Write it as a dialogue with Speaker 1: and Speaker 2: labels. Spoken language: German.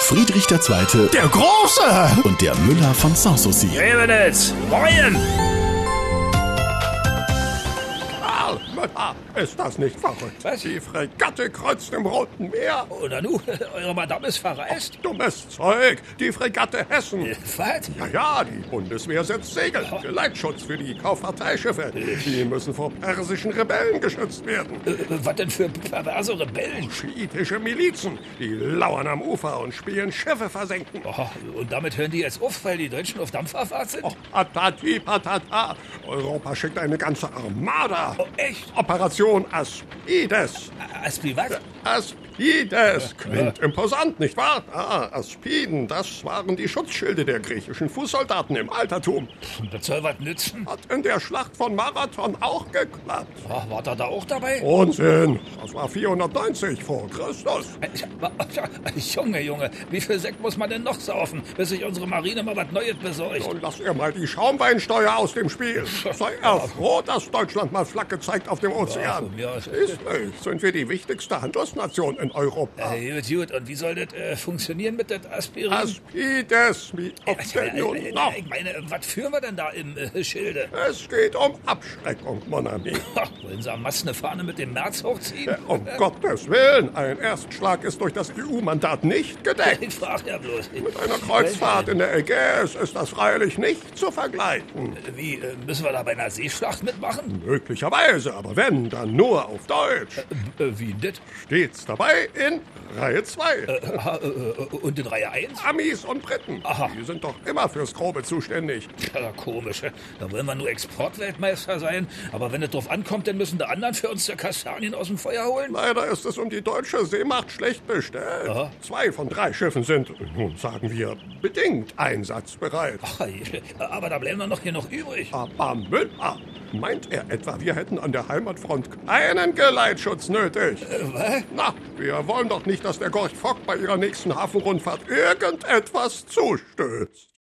Speaker 1: Friedrich II.
Speaker 2: Der Große!
Speaker 1: und der Müller von Sanssouci.
Speaker 3: Revenitz! Reuen!
Speaker 2: Karl Müller, ist das nicht verrückt?
Speaker 3: Was?
Speaker 2: Die Fregatte kreuzt im Roten Meer.
Speaker 3: Oder nu, eure Madame ist verreist?
Speaker 2: Dummes Zeug, die Fregatte Hessen.
Speaker 3: Was? Äh,
Speaker 2: Ja, ja, die Bundeswehr setzt Segel. Geleitschutz für die Kaufparteischiffe. Die müssen vor persischen Rebellen geschützt werden.
Speaker 3: Was denn für perverse Rebellen?
Speaker 2: Schiitische Milizen, die lauern am Ufer und spielen Schiffe versenken.
Speaker 3: Oh, und damit hören die jetzt auf, weil die Deutschen auf Dampferfahrt sind?
Speaker 2: Oh, Patati patata. Europa schickt eine ganze Armada.
Speaker 3: Oh, echt?
Speaker 2: Operation Aspides.
Speaker 3: Aspi, was?
Speaker 2: Aspides. Klingt imposant, nicht wahr? Ah, Aspiden, das waren die Schutzschilde der griechischen Fußsoldaten im Altertum.
Speaker 3: Das Hm, soll was nützen?
Speaker 2: Hat in der Schlacht von Marathon auch geklappt.
Speaker 3: Oh, war da da auch dabei?
Speaker 2: Unsinn. Das war 490 vor Christus.
Speaker 3: Junge, Junge, wie viel Sekt muss man denn noch saufen, bis sich unsere Marine mal was Neues besorgt?
Speaker 2: Nun lass ihr mal die Schaumweinsteuer aus dem Spiel. Sei er froh, dass Deutschland mal Flagge zeigt auf dem
Speaker 3: Ja,
Speaker 2: Ozean.
Speaker 3: von mir aus.
Speaker 2: Ist nicht. Sind wir die wichtigste Handelsnation in Europa.
Speaker 3: Äh, gut, gut, und wie soll das äh, funktionieren mit das Aspirin?
Speaker 2: Aspides, wie oft
Speaker 3: Äh,
Speaker 2: denn
Speaker 3: äh,
Speaker 2: nun Also, noch?
Speaker 3: äh, ich meine, äh, was führen wir denn da im äh, Schilde?
Speaker 2: Es geht um Abschreckung, mon ami.
Speaker 3: Ha, Wollen Sie am Mast eine Fahne mit dem März hochziehen?
Speaker 2: Äh, Um Gottes Willen, ein Erstschlag ist durch das EU-Mandat nicht gedeckt.
Speaker 3: Ich frage ja bloß.
Speaker 2: Mit einer Kreuzfahrt in der Ägäis ist das freilich nicht zu vergleichen.
Speaker 3: Äh, Wie, äh, müssen wir da bei einer Seeschlacht mitmachen?
Speaker 2: Möglicherweise, aber wenn, dann nur auf Deutsch.
Speaker 3: Äh, wie das?
Speaker 2: Steht's dabei in Reihe 2.
Speaker 3: Äh, aha, äh, äh, und in Reihe 1?
Speaker 2: Amis und Briten,
Speaker 3: Aha.
Speaker 2: die sind doch immer fürs Grobe zuständig.
Speaker 3: Ja, komisch. äh. Da wollen wir nur Exportweltmeister sein. Aber wenn es drauf ankommt, dann müssen die anderen für uns der Kastanien aus dem Feuer holen.
Speaker 2: Leider ist es um die deutsche Seemacht schlecht bestellt.
Speaker 3: Aha.
Speaker 2: Zwei von drei Schiffen sind, nun sagen wir, bedingt einsatzbereit.
Speaker 3: Ach, je, Aber da bleiben wir noch hier noch übrig.
Speaker 2: Aber Müller, meint er etwa, wir hätten an der Heimatfront keinen Geleitschutz nötig? Äh,
Speaker 3: Was?
Speaker 2: Na, wir wollen doch nicht, dass der Gorch Fock bei ihrer nächsten Hafenrundfahrt irgendetwas zustößt.